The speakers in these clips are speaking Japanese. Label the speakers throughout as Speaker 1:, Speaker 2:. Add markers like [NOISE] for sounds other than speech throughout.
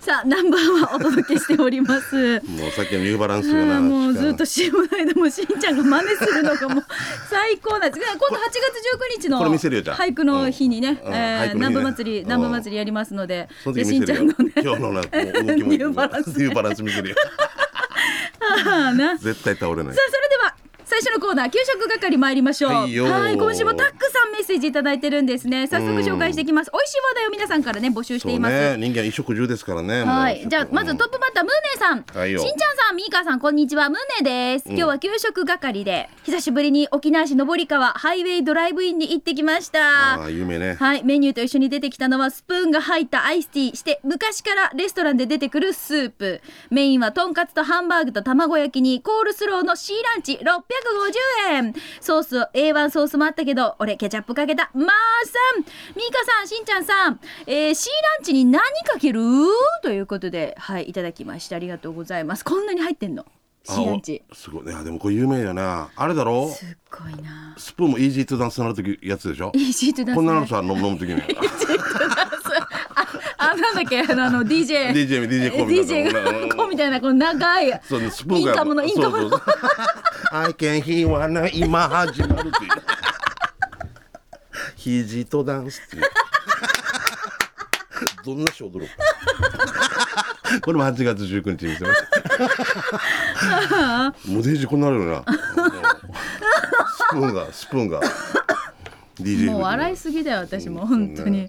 Speaker 1: さあナンバーはお届けしております
Speaker 2: もうさっきのニューバランスが
Speaker 1: あ
Speaker 2: な
Speaker 1: ーもう
Speaker 2: 力
Speaker 1: ずっと CM の間もしんちゃんが真似するのがもう最高
Speaker 2: [LAUGHS]
Speaker 1: なんですが今度8月19日の
Speaker 2: これ見せるよじゃあ
Speaker 1: 俳句の日にね、
Speaker 2: うんうん
Speaker 1: えー
Speaker 2: 俳句の日ね
Speaker 1: 南部祭り
Speaker 2: うん
Speaker 1: 南部祭りやりますので
Speaker 2: その
Speaker 1: で
Speaker 2: 時
Speaker 1: しん
Speaker 2: 見
Speaker 1: ち
Speaker 2: せ
Speaker 1: ゃ
Speaker 2: る
Speaker 1: ん
Speaker 2: よ
Speaker 1: のね
Speaker 2: 今日のなこう動きも
Speaker 1: ニューバランス
Speaker 2: ニューバランス見せるよ
Speaker 1: [LAUGHS] あーな
Speaker 2: 絶対倒れない
Speaker 1: さあそれでは最初のコーナー給食係参りましょう
Speaker 2: はいよー
Speaker 1: い今週もたくさんメッセージいただいてるんですね早速紹介していきます美味しい話題を皆さんからね募集して
Speaker 2: そ
Speaker 1: いうます、
Speaker 2: ね人間は衣食住ですからねもう
Speaker 1: はい、じゃあまずトップバッタームーネさん、
Speaker 2: はいよ
Speaker 1: しんちゃんさん、ミーカーさん、こんにちは、ムーネです。今日は給食係で、久しぶりに沖縄市上川ハイウェイドライブインに行ってきまし
Speaker 2: あ
Speaker 1: た。
Speaker 2: あ有名ね
Speaker 1: はい、メニューと一緒に出てきたのはスプーンが入ったアイスティーして昔からレストランで出てくるスープメインはとんかつとハンバーグと卵焼きにコールスローのシーランチ650円ソース A1 ソースもあったけど俺ケチャップかけたまーさんミーカさんしんちゃんさん、えーシーランチに何かけるということではいいただきましてありがとうございますこんなに入ってんのシ
Speaker 2: あ
Speaker 1: ーランチ
Speaker 2: おすごいいやでもこれ有名よなあれだろ
Speaker 1: すっごいな
Speaker 2: スプーンもイージートゥダンスなる時やつでしょ
Speaker 1: イージーとダンス
Speaker 2: こんなのさ飲む飲む時に
Speaker 1: ああなんだっけあのあの DJ
Speaker 2: DJ DJ コンビ
Speaker 1: DJ がこうみたいなこの長い
Speaker 2: そうねスプーンが
Speaker 1: インカムのインカムの
Speaker 2: そうそうそう I can hear wanna 今始まるっていう肘とダンスっていうどんな人踊ろうこれも8月19日に見せますもうデイジーこうなるよなスプーンがスプーンが DJ
Speaker 1: もう笑いすぎだよ私も本当に、
Speaker 2: ミ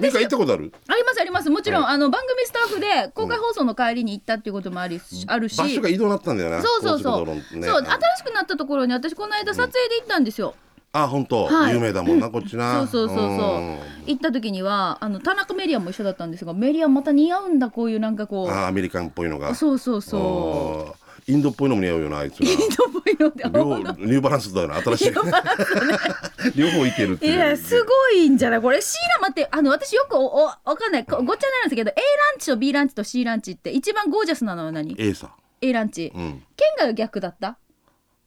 Speaker 1: 私
Speaker 2: カ行ったことある
Speaker 1: ありますありますもちろん、あの番組スタッフで公開放送の帰りに行ったっていうこともあり、あるし
Speaker 2: 場所が移動になったんだよな
Speaker 1: そうそうそう、
Speaker 2: 高速道路のね
Speaker 1: そう新しくなったところに私この間撮影で行ったんですよ、
Speaker 2: あ本当、
Speaker 1: はい
Speaker 2: 有名だもんなこっち
Speaker 1: そう
Speaker 2: な
Speaker 1: そうそうそう行った時にはあの田中メリアも一緒だったんですがメリアまた似合うんだこういうなんかこ
Speaker 2: んあアメリカンっぽいのが
Speaker 1: うそうそうそう
Speaker 2: うインドっぽいのも似合うよなあいつな
Speaker 1: [LAUGHS] インドっぽいのって
Speaker 2: 両ニューバランスだよな新しい [LAUGHS] 両方いけるって
Speaker 1: い
Speaker 2: いう
Speaker 1: やすごいんじゃないこれ C ラン待ってあの私よくおおわかんないこごっちゃになるんですけど A ランチと B ランチと C ランチって一番ゴージャスなのは何
Speaker 2: A さ
Speaker 1: A ランチ、
Speaker 2: ん
Speaker 1: 県外は逆だった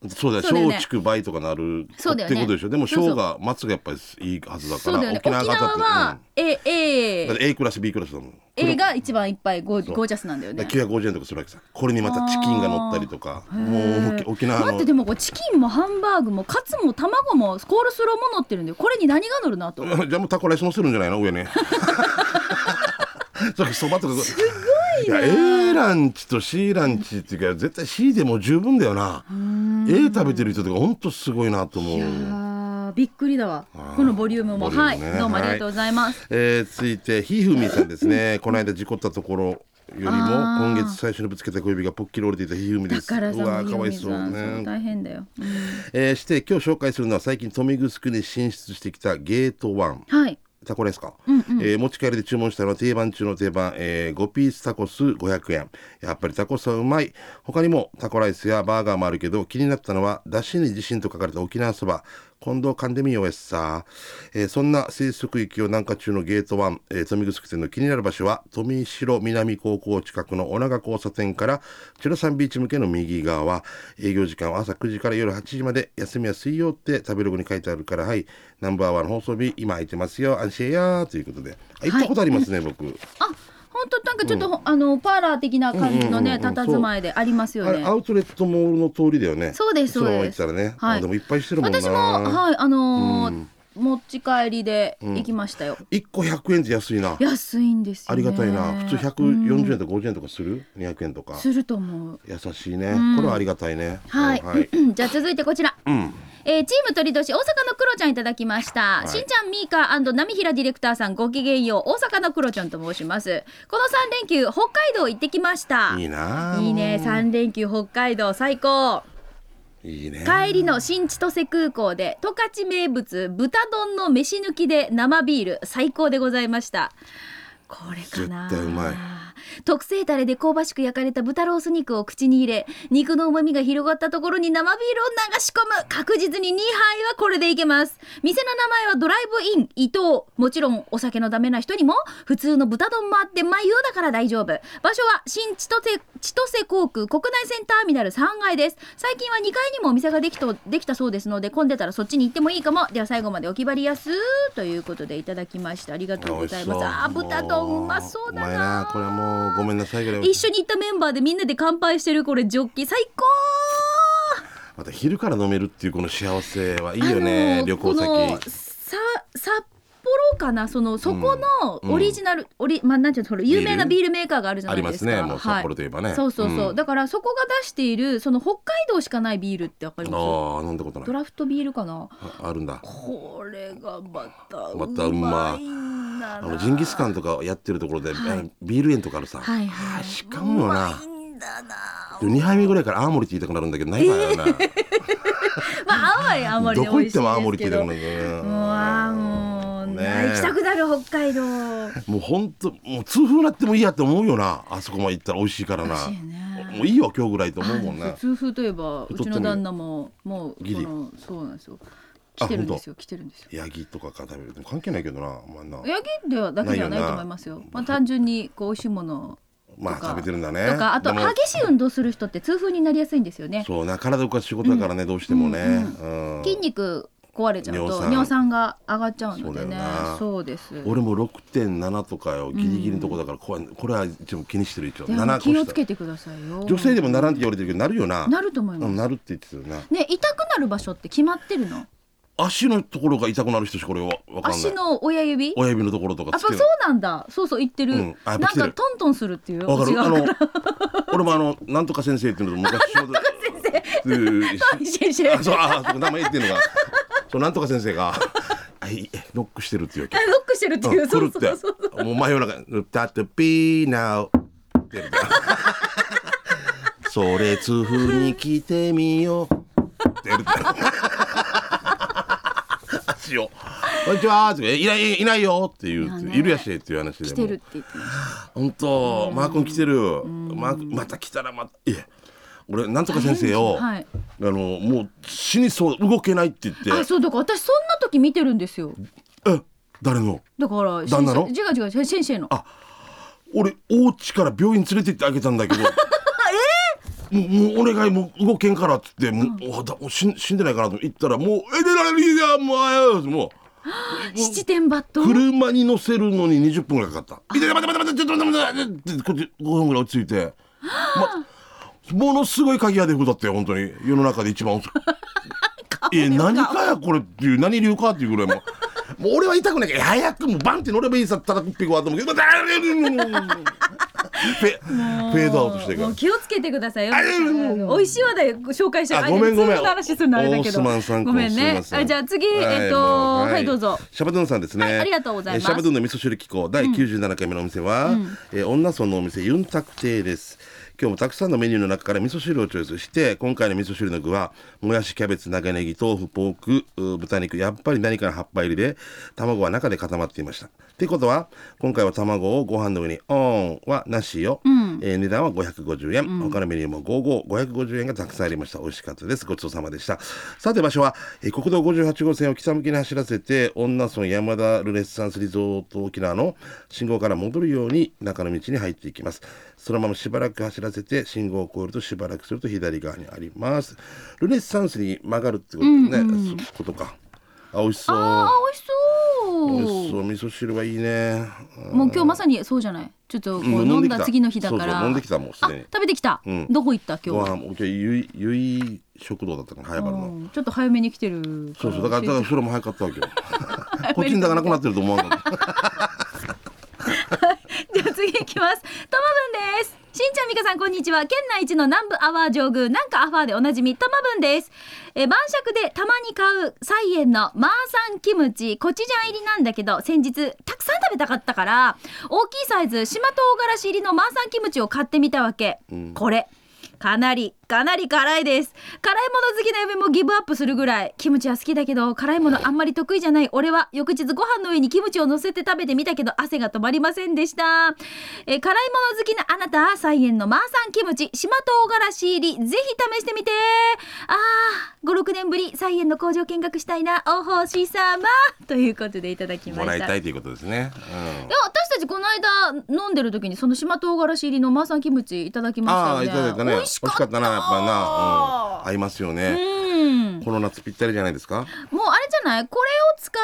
Speaker 2: そうだよ
Speaker 1: そうだよね
Speaker 2: 松竹梅とかなる
Speaker 1: そうだよ
Speaker 2: っ
Speaker 1: ね
Speaker 2: てことでしょでも
Speaker 1: そうそう
Speaker 2: 小が松がやっぱりいいはずだか
Speaker 1: そうだよ
Speaker 2: ら
Speaker 1: ね沖縄
Speaker 2: が当たって
Speaker 1: は、A,
Speaker 2: うんだ
Speaker 1: A,
Speaker 2: って A クラス B クラスだもん
Speaker 1: A が一番いっぱいゴー
Speaker 2: そう
Speaker 1: ゴージャスなんだよね
Speaker 2: だから950円とかするわけさこれにまたチキンが乗ったりとかもう沖沖縄
Speaker 1: 待っ
Speaker 2: の
Speaker 1: てでもこれチキンもハンバーグもカツも卵もコールスローも乗ってるんでこれに何が乗るなとす
Speaker 2: じゃあもうタコライスもするんじゃないの上ね。 [LAUGHS] それそばとか。す
Speaker 1: ごいな
Speaker 2: A ランチと C ランチっていうか絶対 C でも十分だよな。A 食べてる人とか本当すごいなと思う。
Speaker 1: あーびっくりだわこのボリュームも
Speaker 2: ボリュ
Speaker 1: は
Speaker 2: ー
Speaker 1: い
Speaker 2: ムね
Speaker 1: どうもありがとうございます、
Speaker 2: えー、続いてひふみさんで
Speaker 1: [LAUGHS]
Speaker 2: すね。この間事故ったところ。よりも
Speaker 1: あー
Speaker 2: 今月最初にぶつけた小指がポッキリ折れていたひふみで
Speaker 1: だ
Speaker 2: す。
Speaker 1: からさ
Speaker 2: うわー
Speaker 1: も
Speaker 2: かわ
Speaker 1: ゆ
Speaker 2: い
Speaker 1: みさ
Speaker 2: そ
Speaker 1: ん
Speaker 2: う
Speaker 1: そう
Speaker 2: ね。
Speaker 1: 大変だよ、うん
Speaker 2: えー、して今日紹介するのは最近豊見城に進出してきたゲートワン。
Speaker 1: はい
Speaker 2: タコライスか、えー持ち帰りで注文したのは定番中の定番、え5ピースタコス500円やっぱりタコスはうまい他にもタコライスやバーガーもあるけど気になったのは「だしに自信」と書かれた沖縄そば今度噛んでみようやっさ、えーそんな生息域を南下中のゲートワン、えー、富城店の気になる場所は富城南高校近くの小長交差点からチェロサンビーチ向けの右側営業時間は朝9時から夜8時まで休みは水曜って食べログに書いてあるからはいナンバーワン放送日今空いてますよ安心やということであ行ったことありますね、僕
Speaker 1: あ本当なんかちょっと、あのパーラー的な感じのね佇まいでありますよ
Speaker 2: あれ
Speaker 1: ね
Speaker 2: アウトレットモールの通りだよね
Speaker 1: そうですそう
Speaker 2: のまま
Speaker 1: で
Speaker 2: 行っ
Speaker 1: す
Speaker 2: たらね、
Speaker 1: はい
Speaker 2: あでもいっぱいしてるもんな
Speaker 1: 私もはいあのー持ち帰りで行きましたよ、
Speaker 2: 1個100円って安いな
Speaker 1: 安いんですよ、ね、
Speaker 2: ありがたいな普通140円とか50円とかする200円とか
Speaker 1: すると思う
Speaker 2: 優しいね、これはありがたいね
Speaker 1: はい、
Speaker 2: はい
Speaker 1: じゃあ続いてこちら、えーチーム鳥年大阪のクロちゃんいただきました、
Speaker 2: い
Speaker 1: しんちゃんミーカー波平ディレクターさんごきげんよう大阪のクロちゃんと申しますこの3連休北海道行ってきました
Speaker 2: いいない
Speaker 1: いね3連休北海道最高
Speaker 2: いいね
Speaker 1: 帰りの新千歳空港で十勝名物豚丼の飯抜きで生ビール最高でございましたこれかな
Speaker 2: 絶対うまい
Speaker 1: 特製タレで香ばしく焼かれた豚ロース肉を口に入れ肉のうまみが広がったところに生ビールを流し込む確実に2杯はこれでいけます店の名前はドライブイン伊藤もちろんお酒のダメな人にも普通の豚丼もあって眉だから大丈夫場所は新千歳千歳航空国内線ターミナル3階です最近は2階にもお店ができとできたそうですので混んでたらそっちに行ってもいいかもでは最後までお気張りやすということでいただきましたありがとうございますあー豚丼うまそうだ
Speaker 2: お前
Speaker 1: な
Speaker 2: なこれはもうもうごめんなさいぐらい
Speaker 1: 一緒に行ったメンバーでみんなで乾杯してるこれジョッキ最高
Speaker 2: また昼から飲めるっていうこの幸せはいい
Speaker 1: あ
Speaker 2: よね、
Speaker 1: のー
Speaker 2: 旅行
Speaker 1: この
Speaker 2: 先
Speaker 1: さ札幌かなそのそこのオリジナル、オリまあなんていうのその有名なビールメーカーがあるじゃ
Speaker 2: あ
Speaker 1: な
Speaker 2: り
Speaker 1: い
Speaker 2: ま
Speaker 1: です
Speaker 2: す
Speaker 1: か
Speaker 2: ねもう札
Speaker 1: はい
Speaker 2: 幌といえばね、
Speaker 1: そうそうそう、
Speaker 2: ん
Speaker 1: だからそこが出しているその北海道しかないビールってわかります
Speaker 2: ああ飲んだこと
Speaker 1: ド
Speaker 2: ない
Speaker 1: ラフトビールかな
Speaker 2: ああるんだ
Speaker 1: これがまた
Speaker 2: またうま
Speaker 1: うまいんだな
Speaker 2: あのジンギスカンとかやってるところで、
Speaker 1: はい
Speaker 2: あのビール園とかあるさ、
Speaker 1: はいはい
Speaker 2: しかもよな
Speaker 1: うまいんだな
Speaker 2: で2杯目ぐらいから青森って言いたくなるんだけどない
Speaker 1: [LAUGHS]
Speaker 2: わよな、
Speaker 1: まあ淡い青森
Speaker 2: ど
Speaker 1: で美
Speaker 2: こ行
Speaker 1: 味
Speaker 2: っ
Speaker 1: しい
Speaker 2: ても青
Speaker 1: です
Speaker 2: 森って
Speaker 1: け
Speaker 2: 言い
Speaker 1: ど
Speaker 2: たくなるんだよ
Speaker 1: う
Speaker 2: ね
Speaker 1: わもう、
Speaker 2: ね
Speaker 1: 行きたくなる北海道
Speaker 2: もう本当もう痛風なってもいいやって思うよなあそこまで行ったら美味しいから
Speaker 1: 美
Speaker 2: な
Speaker 1: 味しいね
Speaker 2: もういいよ今日ぐらいと思うもん
Speaker 1: はい
Speaker 2: ね
Speaker 1: 普通風といえばうちの旦那ももうこ
Speaker 2: ギリ
Speaker 1: のそうなんですよ来てるんですよ来てるんですよ
Speaker 2: ヤギとかか食べるでも関係ないけどなまあな
Speaker 1: ヤギではだけではないと思いますよまあ単純にこう美味しいもの
Speaker 2: まあ
Speaker 1: とか
Speaker 2: 食べてるんだね
Speaker 1: とかあと
Speaker 2: でも
Speaker 1: 激しい運動する人って痛風になりやすいんですよね
Speaker 2: そうな体動かす仕事だからね、どうしてもね、うん
Speaker 1: 筋肉壊れちゃうと
Speaker 2: 尿
Speaker 1: 尿
Speaker 2: 酸
Speaker 1: 酸が上がっちゃうので
Speaker 2: そうだ
Speaker 1: ね
Speaker 2: よな
Speaker 1: そうです
Speaker 2: 俺も6.7とかよギリギリのとこだから、これこれは一応気にしてる一応
Speaker 1: いや
Speaker 2: 7
Speaker 1: 気を
Speaker 2: 個
Speaker 1: つ
Speaker 2: 下
Speaker 1: けてくださいよ
Speaker 2: 女性でもならんって言われてるけどなるよな
Speaker 1: なると思います、
Speaker 2: うんなるって言ってたよな
Speaker 1: ね痛くなる場所って決まってるの
Speaker 2: 足のところが痛くなる人しかこれは分かんな
Speaker 1: 足
Speaker 2: い
Speaker 1: の親指
Speaker 2: 親指のところと
Speaker 1: あ
Speaker 2: かつ
Speaker 1: そう
Speaker 2: け
Speaker 1: そう
Speaker 2: ない
Speaker 1: なんだそうそう言ってる、
Speaker 2: うんあ
Speaker 1: な
Speaker 2: やっ
Speaker 1: ん
Speaker 2: ぱ来てる
Speaker 1: かトントンするっていう
Speaker 2: わか
Speaker 1: 違う
Speaker 2: るあ
Speaker 1: から
Speaker 2: の俺もあのなんとか先生っていうのと昔ちょうどうん
Speaker 1: 先生
Speaker 2: あそうあそう名前言ってるのがそうなんとか先生がはいノックしてるっていうわけ
Speaker 1: あノックしてるっていう、
Speaker 2: うん
Speaker 1: そ
Speaker 2: 来
Speaker 1: う
Speaker 2: る
Speaker 1: そう
Speaker 2: って
Speaker 1: そう
Speaker 2: もう真夜中だってピーナウってやるからそれ痛風に来てみようってやる
Speaker 1: [LAUGHS]
Speaker 2: から足をこんにちはーってえいないいないよっていうってい
Speaker 1: いや
Speaker 2: う
Speaker 1: ね
Speaker 2: いるやしっていう話でも
Speaker 1: 来てるって言ってました
Speaker 2: 本当マー君来てるマー君また来たらまたいや俺なんとか先生を、
Speaker 1: はい
Speaker 2: あのもう死にそう動けないって言って
Speaker 1: あそうだから私そんな時見てるんですよ
Speaker 2: え誰の
Speaker 1: だから
Speaker 2: 旦那の
Speaker 1: 先生違う違う先生の
Speaker 2: あ俺お家から病院連れて行ってあげたんだけど [LAUGHS] えもうもうお願いもう動けんからっつってもう、おだもう死ん死んでないかなと言ったらもうえでられるやもうあやも
Speaker 1: 七点抜
Speaker 2: う
Speaker 1: 刀
Speaker 2: 車に乗せるのに20分ぐらいかかった「いや待て待て待てちょっと待て待て待て」ってこっち5分ぐらい落ち着いて、ま、ものすごい鍵屋で風だったよ本当に世の中で一番遅くいや何かやこれっていう何流かっていうぐらいもうもう俺は痛くないから早くもうバンって乗ればいいさ叩くっていくわと思うけどだーれれれれれれフェフェードアウトしていく
Speaker 1: もう気をつけてくださいよ
Speaker 2: あれ
Speaker 1: 美味しい話題紹介した
Speaker 2: あごめんごめ
Speaker 1: 普
Speaker 2: ん
Speaker 1: 通の話するのあれだけ
Speaker 2: オース
Speaker 1: ど
Speaker 2: マンさん
Speaker 1: ごめん
Speaker 2: すい
Speaker 1: ね
Speaker 2: ません
Speaker 1: あじゃあ次
Speaker 2: はい
Speaker 1: えっと
Speaker 2: もう
Speaker 1: はいどうぞ
Speaker 2: シャバドゥンさんですね、
Speaker 1: はいありがとうございます
Speaker 2: えーシャバドゥンの味噌汁機構第97回目のお店は、えー女村のお店ユンタク亭です今日もたくさんのメニューの中から味噌汁をチョイスして今回の味噌汁の具はもやしキャベツ長ネギ豆腐ポークうー豚肉やっぱり何かの葉っぱ入りで卵は中で固まっていましたってことは今回は卵をご飯の上にオンはなしよ、えー値段は550円、他のメニューも55550円がたくさんありました美味しかったですごちそうさまでしたさて場所は、えー国道58号線を北向きに走らせて女村山田ルネッサンスリゾート沖縄の信号から戻るように中の道に入っていきますそのまましばらく走らせて信号を越えるとしばらくすると左側にありますルネッサンスに曲がるってことね、そことかあ美味しそう
Speaker 1: あー美味し
Speaker 2: 美味し
Speaker 1: そ
Speaker 2: そうう味噌汁はいいね
Speaker 1: もう今日まさにそうじゃないちょっとこう
Speaker 2: うん
Speaker 1: 飲ん
Speaker 2: 飲んでき
Speaker 1: だ
Speaker 2: た
Speaker 1: 次の日だから
Speaker 2: そうそう飲んできたもうすでに
Speaker 1: あ食べてきた
Speaker 2: うん
Speaker 1: どこ行った
Speaker 2: ご
Speaker 1: 今日
Speaker 2: 飯今日ゆいゆい食堂だったの早原の
Speaker 1: うんちょっと早めに来てる
Speaker 2: そうそうだからだからそれも早かったわけよ
Speaker 1: [LAUGHS]
Speaker 2: こっ
Speaker 1: め
Speaker 2: ち
Speaker 1: に
Speaker 2: にだがなくなってると思わなかった
Speaker 1: [LAUGHS] じゃあ次いきます。トマブンです。しんちゃんみかさんこんにちは。県内一の南部アワー上宮なんかアファーでおなじみトマブンです。えー晩酌でたまに買う菜園のマーサンキムチコチュジャン入りなんだけど先日たくさん食べたかったから大きいサイズ島唐辛子入りのマーサンキムチを買ってみたわけ。これ。かなりかなり辛いです辛いもの好きな嫁もギブアップするぐらいキムチは好きだけど辛いものあんまり得意じゃない俺は翌日ご飯の上にキムチを乗せて食べてみたけど汗が止まりませんでしたえー辛いもの好きなあなた菜園のマーサンキムチ島唐辛子入りぜひ試してみてあー56年ぶり菜園の工場見学したいなお星様ということでいただきま
Speaker 2: も
Speaker 1: し
Speaker 2: ら
Speaker 1: た
Speaker 2: い
Speaker 1: い
Speaker 2: たいということですね。うん
Speaker 1: や私たちこの間飲んでる時にその島唐辛子入りのマーサンキムチいただきました
Speaker 2: あ
Speaker 1: よ
Speaker 2: あ、
Speaker 1: ね
Speaker 2: いただいたね。
Speaker 1: 美
Speaker 2: 美
Speaker 1: 味
Speaker 2: 味
Speaker 1: し
Speaker 2: し
Speaker 1: かっ
Speaker 2: かったな、やっぱな、うん合いますよね。
Speaker 1: うん
Speaker 2: この夏ぴったりじゃないですか。
Speaker 1: もうあれじゃないこれを使っ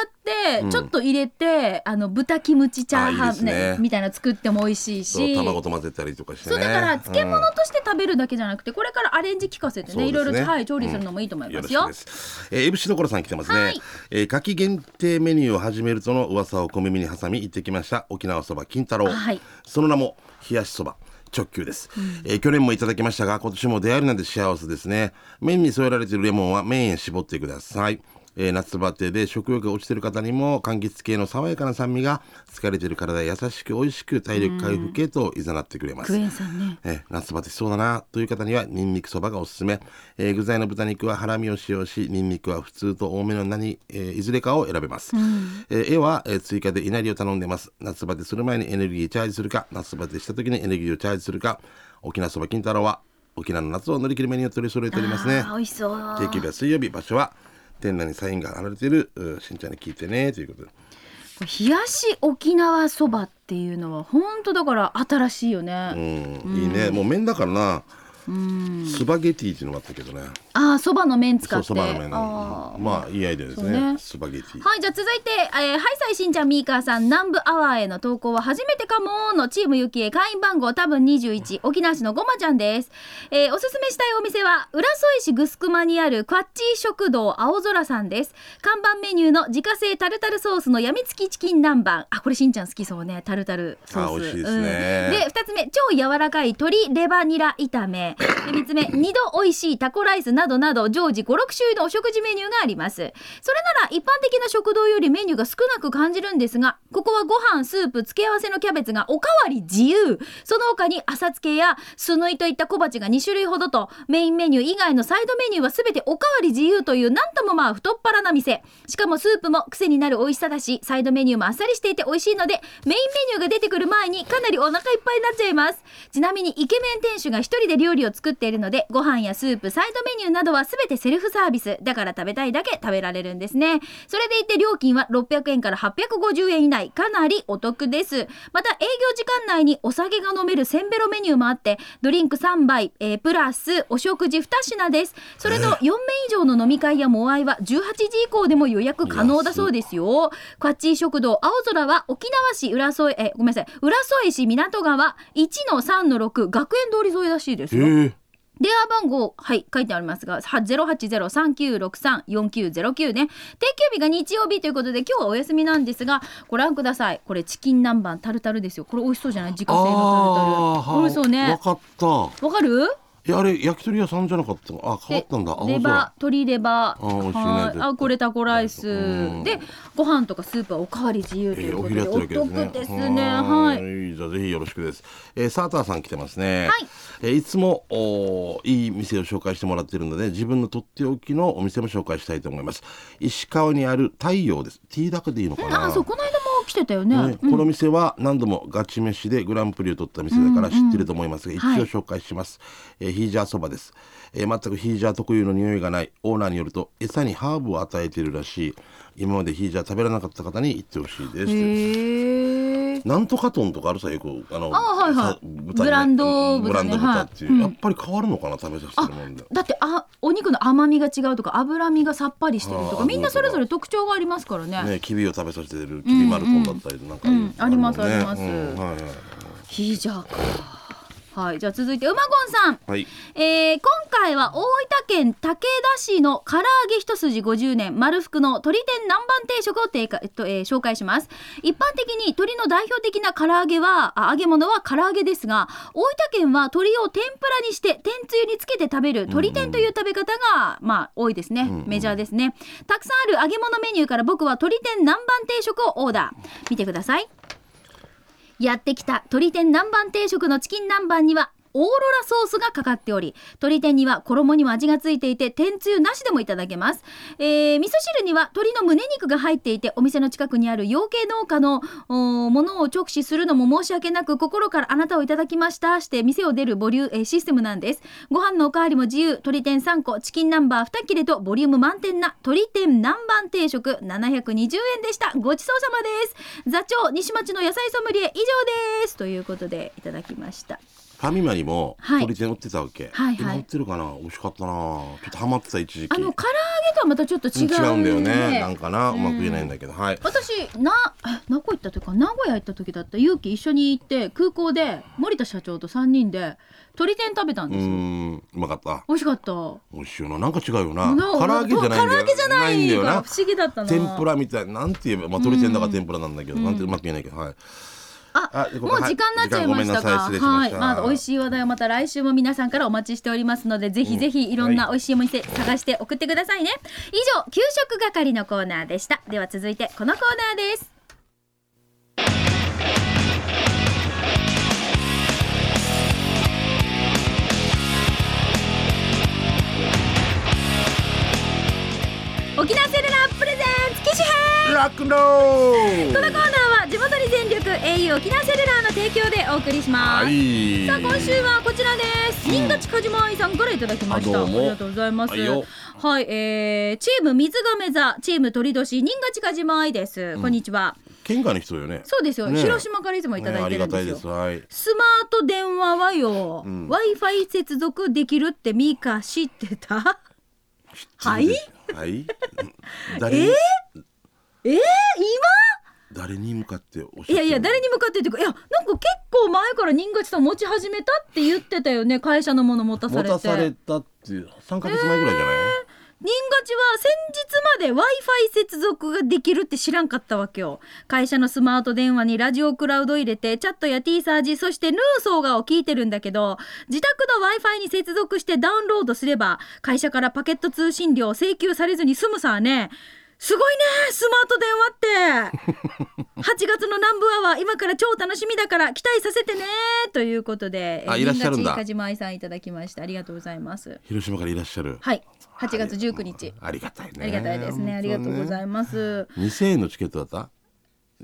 Speaker 2: う
Speaker 1: て
Speaker 2: ん
Speaker 1: ちょっと入れて、あの豚キムチチャーハ
Speaker 2: あいいです
Speaker 1: ン、ね
Speaker 2: ね
Speaker 1: みたいなの作っても美味しい
Speaker 2: そう
Speaker 1: し
Speaker 2: 卵と混ぜたりとかしてね
Speaker 1: そうだから漬物として食べるだけじゃなくて、これからアレンジ聞かせて
Speaker 2: そう
Speaker 1: ね
Speaker 2: で
Speaker 1: い
Speaker 2: すね
Speaker 1: ろいろ、はい、調理するのもいいと思い
Speaker 2: よ
Speaker 1: ま
Speaker 2: ろ
Speaker 1: す
Speaker 2: しく
Speaker 1: よ
Speaker 2: で。す。えー、ABC 所さん来てますね。
Speaker 1: はい
Speaker 2: えー、夏季限定メニューを始めるとの噂を小耳に挟み行ってきました沖縄そば金太郎。
Speaker 1: はい
Speaker 2: その名も冷やしそば。直球です、えー去年もいただきましたが今年も出会えるなんて幸せですね麺に添えられているレモンは麺へ絞ってください、えー夏バテで食欲が落ちている方にも柑橘系の爽やかな酸味が疲れている体へ優しく美味しく体力回復へと誘ってくれます
Speaker 1: クエンさんね
Speaker 2: えー夏バテしそうだなという方にはニンニクそばがおすすめ、えー具材の豚肉はハラミを使用しニンニクは普通と多めの何、えーいずれかを選べます、えー絵は、えー追加で稲荷を頼んでます夏バテする前にエネルギーチャージするか夏バテした時にエネルギーをチャージするか沖縄そば金太郎は沖縄の夏を乗り切るメニューを取り揃えておりますね
Speaker 1: あー美味しそう
Speaker 2: 定休日は水曜日場所は店内にサインが貼られているうーしんちゃんに聞いてねということで
Speaker 1: 冷やし沖縄そばっていうのは本当だから新しいよね、
Speaker 2: うんいいねもう麺だからなスパゲティっていうのもあったけどね
Speaker 1: ああそばの麺使っ
Speaker 2: そう
Speaker 1: て
Speaker 2: そばの麺
Speaker 1: あ
Speaker 2: の
Speaker 1: ー
Speaker 2: まあいいアイデアです
Speaker 1: そう
Speaker 2: ね
Speaker 1: ね
Speaker 2: スパゲティ
Speaker 1: はいじゃあ続いて、えー、ハイサイしんちゃんみーかーさん南部アワーへの投稿は初めてかもーのチームゆきえ会員番号多分21沖縄市のごまちゃんです、えーおすすめしたいお店は浦添市ぐすくまにあるクワッチー食堂青空さんです看板メニューの自家製タルタルソースのやみつきチキン南蛮あこれしんちゃん好きそうねタルタルソース
Speaker 2: あ美味しいですね
Speaker 1: うんで2つ目超柔らかい鶏レバニラ炒
Speaker 2: [LAUGHS]
Speaker 1: め3つ目2度おいしいタコライスなどなど常時56種類のお食事メニューがありますそれなら一般的な食堂よりメニューが少なく感じるんですがここはご飯スープ付け合わせのキャベツがおかわり自由その他に浅漬けやスヌイといった小鉢が2種類ほどとメインメニュー以外のサイドメニューは全ておかわり自由というなんともまあ太っ腹な店しかもスープも癖になる美味しさだしサイドメニューもあっさりしていて美味しいのでメインメニューが出てくる前にかなりお腹いっぱいになっちゃいますちなみにイケメン店主が一人で料理を作っているのでご飯やスープサイドメニューなどは全てセルフサービスだから食べたいだけ食べられるんですねそれでいて料金は600円から850円以内かなりお得ですまた営業時間内にお酒が飲めるせんべろメニューもあってドリンク3杯、えープラスお食事2品ですそれと4名以上の飲み会やモアイは18時以降でも予約可能だそうですよカッチー食堂青空は沖縄市浦添えごめんなさい浦添市港川1-3-6学園通り沿いらしいです
Speaker 2: え
Speaker 1: よ
Speaker 2: ー、
Speaker 1: 電話番号はい書いてありますがは0803963490ね定休日が日曜日ということで今日はお休みなんですがご覧くださいこれチキン南蛮タルタルですよこれ美味しそうじゃない自家製のタルタル美味しそう
Speaker 2: わ
Speaker 1: ね
Speaker 2: かった
Speaker 1: わかる
Speaker 2: えあれ焼き鳥屋さんじゃなかったのあ変わったんだ
Speaker 1: でレバ鶏レバ
Speaker 2: あ美味しい
Speaker 1: は
Speaker 2: ね絶
Speaker 1: い
Speaker 2: 対
Speaker 1: あこれタコライス
Speaker 2: うん
Speaker 1: でご飯とかスープはおかわり自由と
Speaker 2: え
Speaker 1: いう
Speaker 2: ー、
Speaker 1: こ
Speaker 2: お
Speaker 1: と
Speaker 2: 昼
Speaker 1: で
Speaker 2: やってるわけですね
Speaker 1: お得ですね
Speaker 2: は
Speaker 1: はい
Speaker 2: ーいじゃあぜひよろしくです、えー、サーターさん来てますね
Speaker 1: はい、
Speaker 2: えーいつもおーいい店を紹介してもらってるので自分のとっておきのお店も紹介したいと思います石川にある太陽ですティーダクでいいのかな
Speaker 1: あそうこの間も来てたよね
Speaker 2: ねこの店は何度もガチ飯でグランプリを取った店だから知ってると思いますが、
Speaker 1: はい
Speaker 2: 一応紹介します、えーヒージャーそばです、えー全くヒージャー特有の匂いがないオーナーによると餌にハーブを与えているらしい今までヒージャー食べられなかった方に言ってほしいです、
Speaker 1: へえ
Speaker 2: なんとかトンとかあるさよくあの
Speaker 1: あはいはい
Speaker 2: さ豚ね
Speaker 1: ブランド豚ね
Speaker 2: ブランド豚っていう、
Speaker 1: はいうん
Speaker 2: やっぱり変わるのかな食べさせてるもんで
Speaker 1: だってあお肉の甘みが違うとか脂身がさっぱりしてるとか
Speaker 2: あー
Speaker 1: みんなそれぞれ特徴がありますからね
Speaker 2: ねキビを食べさせてるキビマルトンだったりなんかいう
Speaker 1: うんうんあります
Speaker 2: るもんね
Speaker 1: あります
Speaker 2: うんはいはい
Speaker 1: ヒージャーかはいじゃあ続いて馬ゴンさん
Speaker 2: はい
Speaker 1: えー今回は大分県武田市の唐揚げ一筋50年丸福の鶏天南蛮定食を定価えっとえー紹介します一般的に鶏の代表的な唐揚げはあ揚げ物は唐揚げですが大分県は鶏を天ぷらにして天つゆにつけて食べる鶏天という食べ方が、まあ多いですね、
Speaker 2: んうん
Speaker 1: メジャーですねたくさんある揚げ物メニューから僕は鶏天南蛮定食をオーダー見てくださいやってきた鶏天南蛮定食のチキン南蛮にはオーロラソースがかかっており鶏天には衣にも味がついていて天つゆなしでもいただけます、えー、味噌汁には鶏の胸肉が入っていてお店の近くにある養鶏農家のおーものを直視するのも申し訳なく心からあなたをいただきましたして店を出るボリュー、えーシステムなんですご飯のおかわりも自由鶏天3個チキン南蛮2切れとボリューム満点な鶏天南蛮定食720円でしたごちそうさまです座長西町の野菜ソムリエ以上ですということでいただきました
Speaker 2: ファミマににも
Speaker 1: はい
Speaker 2: 鶏天売ってたわけ、
Speaker 1: はいはい
Speaker 2: 今売ってるかな美味しかったなちょっとハマってた一時期
Speaker 1: あの唐揚げとはまたちょっと違う,、
Speaker 2: うん違うんだよねなんかなうまく言えないんだけど、はい
Speaker 1: 私な [LAUGHS] あ名古屋行ったというか名古屋行った時だった勇気一緒に行って空港で森田社長と3人で鶏天食べたん
Speaker 2: うー
Speaker 1: ですよ、
Speaker 2: んうまかった
Speaker 1: 美味しかった
Speaker 2: 美味しいよななんか違うよな
Speaker 1: な
Speaker 2: 唐揚げじゃないんだよ
Speaker 1: 唐揚げじゃない
Speaker 2: んだよ
Speaker 1: から
Speaker 2: な
Speaker 1: 不思議だったな
Speaker 2: 天ぷらみたいなんて言えばまあ鶏天だから天ぷらなんだけど、なんてうまく言えないけどはい
Speaker 1: あ
Speaker 2: あで
Speaker 1: も
Speaker 2: こ
Speaker 1: う
Speaker 2: こ
Speaker 1: 時間になっちゃいましたか
Speaker 2: はい時間ごめんなさい失礼し
Speaker 1: は
Speaker 2: まし
Speaker 1: い
Speaker 2: た
Speaker 1: まあ美味しい話題をまた来週も皆さんからお待ちしておりますのでぜひぜひいろんな美味しいお店探して送ってくださいね以上給食係のコーナーでしたでは続いてこのコーナーです沖縄セルラープレゼンツ機種編
Speaker 2: ラックンロ
Speaker 1: この
Speaker 2: ー
Speaker 1: コーナーは地元に全力 au 沖縄セルラーの提供でお送りします、
Speaker 2: はい
Speaker 1: さあ今週はこちらです新勝かじま愛さんからいただきました
Speaker 2: あ
Speaker 1: あ
Speaker 2: どうも
Speaker 1: りがとうございます
Speaker 2: はいよ
Speaker 1: はい、えー、チーム水亀座チーム鳥年新勝かじま愛ですこんにちは、
Speaker 2: 県外の人よね
Speaker 1: そうですよ、
Speaker 2: ねえ
Speaker 1: 広島からいつもいただいてるん
Speaker 2: ねありがたい
Speaker 1: です
Speaker 2: で
Speaker 1: よ
Speaker 2: すはい
Speaker 1: スマート電話はよ、
Speaker 2: うん
Speaker 1: w i f i 接続できるってミカ知
Speaker 2: [LAUGHS]
Speaker 1: ってたはい [LAUGHS]
Speaker 2: はい誰に
Speaker 1: えー、今
Speaker 2: 誰に向かっておっしゃって
Speaker 1: いや
Speaker 2: る
Speaker 1: いや誰に向かってっていうかいやなんか結構前から新勝さん持ち始めたって言ってたよね会社のもの持たさ
Speaker 2: 持
Speaker 1: れて
Speaker 2: たされたっていう三ヶ月前ぐらいじゃない、
Speaker 1: 人勝ちは先日まで w i f i 接続ができるって知らんかったわけよ会社のスマート電話にラジオクラウド入れてチャットや T サージそしてヌーソーガを聞いてるんだけど自宅の w i f i に接続してダウンロードすれば会社からパケット通信料請求されずに済むさねすごいねスマート電話って8月
Speaker 2: [LAUGHS]
Speaker 1: の南部アワー今から超楽しみだから期待させてねということで
Speaker 2: あいらっしゃる
Speaker 1: 新
Speaker 2: んだ
Speaker 1: 勝ち梶間愛さんいただきましたありがとうございます
Speaker 2: 広島からいらっしゃる
Speaker 1: はい8月19日
Speaker 2: ありがたいね
Speaker 1: ありがたいですね。ありがとうございます。
Speaker 2: す2000円のチケットだった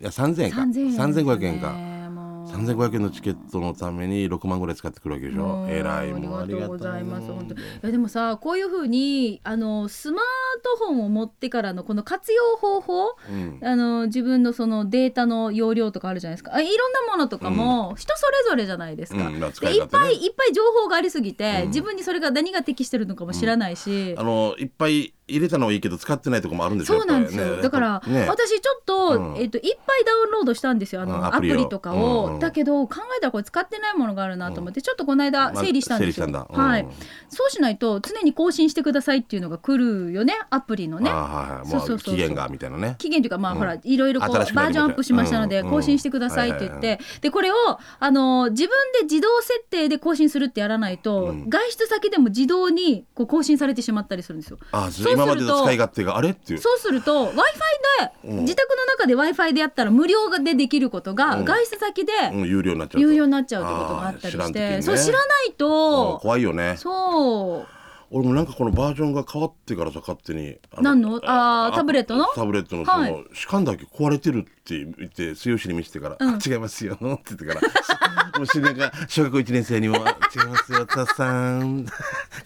Speaker 2: いや3000円か
Speaker 1: 三千円、
Speaker 2: 3500円か
Speaker 1: もう。
Speaker 2: 3500円のチケットのために6万ぐらい使ってくるわけでしょ
Speaker 1: もう
Speaker 2: えらいも
Speaker 1: ありがとうございます。
Speaker 2: ありがた
Speaker 1: 本当。いやでもさ、こういう風にあのスマートフォンを持ってからのこの活用方法、
Speaker 2: うん
Speaker 1: あの自分のそのデータの容量とかあるじゃないですか。あいろんなものとかも人それぞれじゃないですか。
Speaker 2: うんまあ使
Speaker 1: で
Speaker 2: い
Speaker 1: いっ
Speaker 2: 勝手ね
Speaker 1: ぱいいっぱい情報がありすぎて、
Speaker 2: うん
Speaker 1: 自分にそれが何が適してるのかも知らないし。
Speaker 2: あのいっぱい入れたのはいいけど使ってないとこもあるんでしょ
Speaker 1: そうなんですよ、
Speaker 2: やっぱりね
Speaker 1: だから、
Speaker 2: ね
Speaker 1: 私ちょっと,、
Speaker 2: うん
Speaker 1: えっといっぱいダウンロードしたんですよあの、
Speaker 2: うん
Speaker 1: ア
Speaker 2: ア
Speaker 1: プ
Speaker 2: プ
Speaker 1: リ
Speaker 2: リを
Speaker 1: とかを、
Speaker 2: うんうん
Speaker 1: だけど考えたらこれ使ってないものがあるなと思って、ちょっとこの間整理したんですよ、
Speaker 2: まあ整理したんだうん
Speaker 1: はい、そうしないと常に更新してくださいっていうのが来るよねアプリのね
Speaker 2: あはいはい
Speaker 1: そうそう
Speaker 2: も
Speaker 1: そう
Speaker 2: う
Speaker 1: そう
Speaker 2: 期限がみたいなね
Speaker 1: 期限というかまあ、
Speaker 2: うん
Speaker 1: ほらいろいろこうバ
Speaker 2: 新しくなる
Speaker 1: ージョンアップしましたので
Speaker 2: うん
Speaker 1: 更新してくださいって言って、
Speaker 2: は
Speaker 1: でこれをあの自分で自動設定で更新するってやらないと、
Speaker 2: うん
Speaker 1: 外出先でも自動にこう更新されてしまったりするんですよ。そ
Speaker 2: あ
Speaker 1: うすると
Speaker 2: 今までの使い勝手があれっていう
Speaker 1: そうすると w i f i で
Speaker 2: うん
Speaker 1: 自宅の中で w i f i でやったら無料でできることが
Speaker 2: うん
Speaker 1: 外出先で
Speaker 2: うん有料になっちゃうと
Speaker 1: 有料になっちゃうってことがあったりし
Speaker 2: あー知らん時に
Speaker 1: て
Speaker 2: ね
Speaker 1: そう知らない
Speaker 2: うん
Speaker 1: と
Speaker 2: 怖いよね
Speaker 1: そう
Speaker 2: 俺もなんかこのバージョンが変わってからさ勝手にあ
Speaker 1: 何のあータブレットの
Speaker 2: タブレットのそ
Speaker 1: はい
Speaker 2: の歯間だけ壊れてるって言って末吉に見せてから「
Speaker 1: うん
Speaker 2: あ違いますよ」って言ってからもう死んか小学校1年生にもあ「違いますよたっさん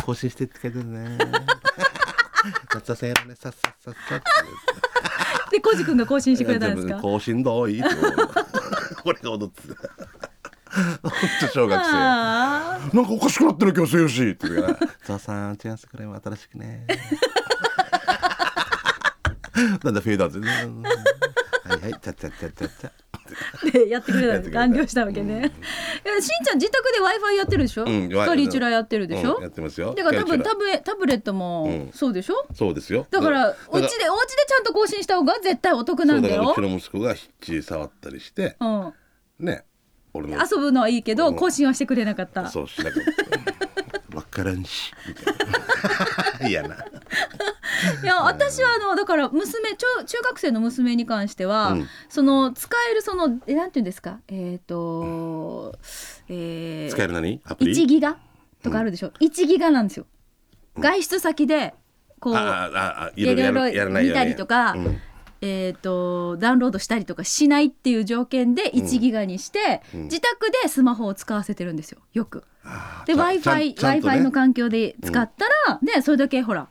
Speaker 2: 更新してって書いてるね」「たっさんやらねさっさっさっさ」って
Speaker 1: でコージ君が更新して
Speaker 2: 言
Speaker 1: く
Speaker 2: われ
Speaker 1: れた
Speaker 2: て
Speaker 1: んです
Speaker 2: 全部
Speaker 1: か
Speaker 2: 更新どうい」って俺が踊ってた。ほんと小学生なんか
Speaker 1: あー
Speaker 2: おかしくなってる今日末吉って言うから「たっさん違いますこれも新しくね」 [LAUGHS] なんだフェーダーズね。はいはい、ちゃっちゃっちゃっちゃっちゃ。
Speaker 1: でやってくれたん
Speaker 2: や
Speaker 1: で
Speaker 2: っ
Speaker 1: す
Speaker 2: てくれた
Speaker 1: 完了したわけね、いやしんちゃん自宅で w i f i やってるでしょ、
Speaker 2: うん
Speaker 1: ガリチュラやってるでしょ、
Speaker 2: うんやってますよ
Speaker 1: だから多
Speaker 2: ガ
Speaker 1: 分
Speaker 2: リチュラ
Speaker 1: タブレタブレットも
Speaker 2: うん
Speaker 1: そうでしょ、
Speaker 2: そうですよ
Speaker 1: だから
Speaker 2: だ
Speaker 1: お家でお家でちゃんと更新した方が絶対お得なんだ
Speaker 2: そうだ
Speaker 1: よ
Speaker 2: からうちの息子がヒッチ触ったりして
Speaker 1: うん
Speaker 2: ね俺の
Speaker 1: 遊ぶのはいいけど、
Speaker 2: うん
Speaker 1: 更新はしてくれなかった
Speaker 2: そうしなかった分からんしみたいな嫌ない
Speaker 1: や私はあのだから娘中中学生の娘に関しては、
Speaker 2: うん
Speaker 1: その使えるそのえなんていうんですかえっ、と、え
Speaker 2: 使え
Speaker 1: ー、
Speaker 2: る何アプ
Speaker 1: 1
Speaker 2: リ
Speaker 1: ギガとかあるでしょ、1ギガなんですよ。外出先でこう
Speaker 2: ああああい
Speaker 1: いろ
Speaker 2: ろ
Speaker 1: い
Speaker 2: いろや
Speaker 1: ろ
Speaker 2: るやらない
Speaker 1: 見たりとか、
Speaker 2: うん
Speaker 1: えー、とダウンロードしたりとかしないっていう条件で1ギガにして、
Speaker 2: うん
Speaker 1: 自宅でスマホを使わせてるんですよよく。
Speaker 2: ああ
Speaker 1: で
Speaker 2: ち
Speaker 1: w
Speaker 2: ゃ
Speaker 1: i
Speaker 2: ん
Speaker 1: f i
Speaker 2: ちゃ
Speaker 1: w i
Speaker 2: ん
Speaker 1: f
Speaker 2: とね
Speaker 1: i の環境で使ったら、ねそれだけほら